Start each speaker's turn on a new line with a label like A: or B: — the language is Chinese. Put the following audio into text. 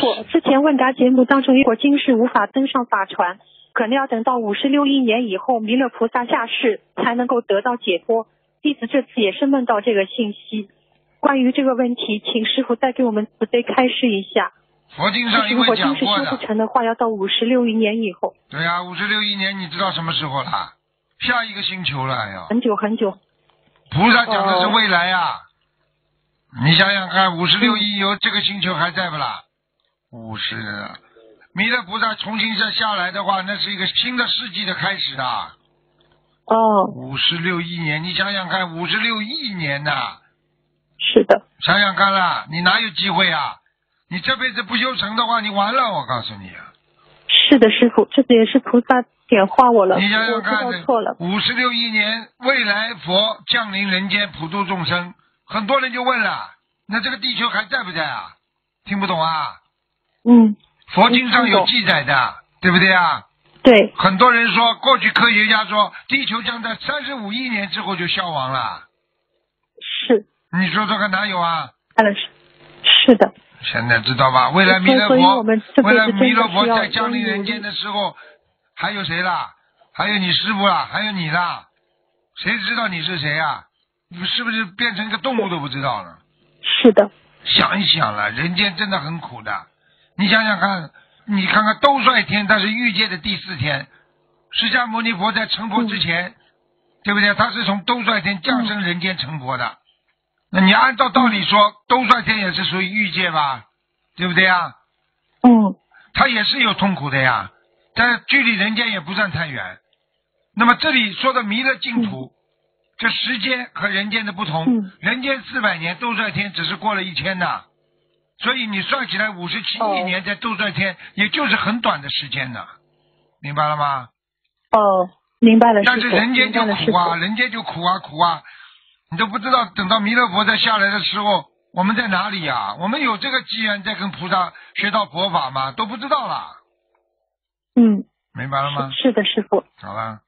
A: 过，之前问答节目当中，如果今世无法登上法船，可能要等到五十六亿年以后弥勒菩萨下世才能够得到解脱。弟子这次也是梦到这个信息。关于这个问题，请师傅再给我们慈悲开示一下。
B: 佛经上
A: 如
B: 因
A: 果
B: 为
A: 今
B: 讲
A: 世
B: 过
A: 修不
B: 的，
A: 成的话，要到五十六亿年以后，
B: 对呀、五十六亿年，你知道什么时候啦？下一个星球了哎呀！
A: 很久很久。
B: 菩萨讲的是未来呀、你想想看，五十六亿有这个星球还在不啦？五十，弥勒菩萨重新再下来的话，那是一个新的世纪的开始啊！
A: 哦，
B: 五十六亿年，你想想看，五十六亿年呐、
A: 是的，
B: 想想看啦，你哪有机会啊？你这辈子不修成的话，你完了，我告诉你啊！
A: 是的，师傅，这次也是菩萨点化我了，
B: 你想
A: 我知
B: 想看
A: 道错了，。
B: 五十六亿年，未来佛降临人间，普度众生，很多人就问了，那这个地球还在不在啊？听不懂啊？
A: 嗯，
B: 佛经上有记载的，对不对啊？
A: 对，
B: 很多人说，过去科学家说，地球将在三十五亿年之后就消亡了。
A: 是，
B: 你说这个哪有啊？
A: 看了是，是的，
B: 现在知道吧？未来弥勒
A: 所以
B: 佛
A: 我们这，辈子
B: 未来
A: 真的
B: 弥勒佛
A: 需要
B: 在降临人间的时候，还有谁啦？还有你师傅啦？还有你啦？谁知道你是谁啊？你是不是变成一个动物都不知道了？
A: 是的，
B: 想一想了，人间真的很苦的。你想想看，你看看兜率天，他是欲界的第四天，释迦牟尼佛在成佛之前，对不对？他是从兜率天降生人间成佛的。那你按照道理说，兜率天也是属于欲界吧，对不对啊？
A: 嗯，
B: 他也是有痛苦的呀，但距离人间也不算太远。那么这里说的弥勒净土，这时间和人间的不同，
A: 嗯
B: 人间四百年，斗率天只是过了一天呐，所以你算起来五十七亿
A: 哦
B: 年在斗率天，也就是很短的时间呐，明白了吗？
A: 哦，明白了，师
B: 但是
A: 傅，
B: 人
A: 明
B: 间就
A: 白了，师
B: 苦啊，
A: 傅，
B: 人间就苦啊苦啊，你都不知道等到弥勒佛再下来的时候，我们在哪里呀、我们有这个机缘在跟菩萨学到佛法吗？都不知道啦，
A: 嗯，
B: 明白了吗？
A: 是的，师傅，
B: 好了，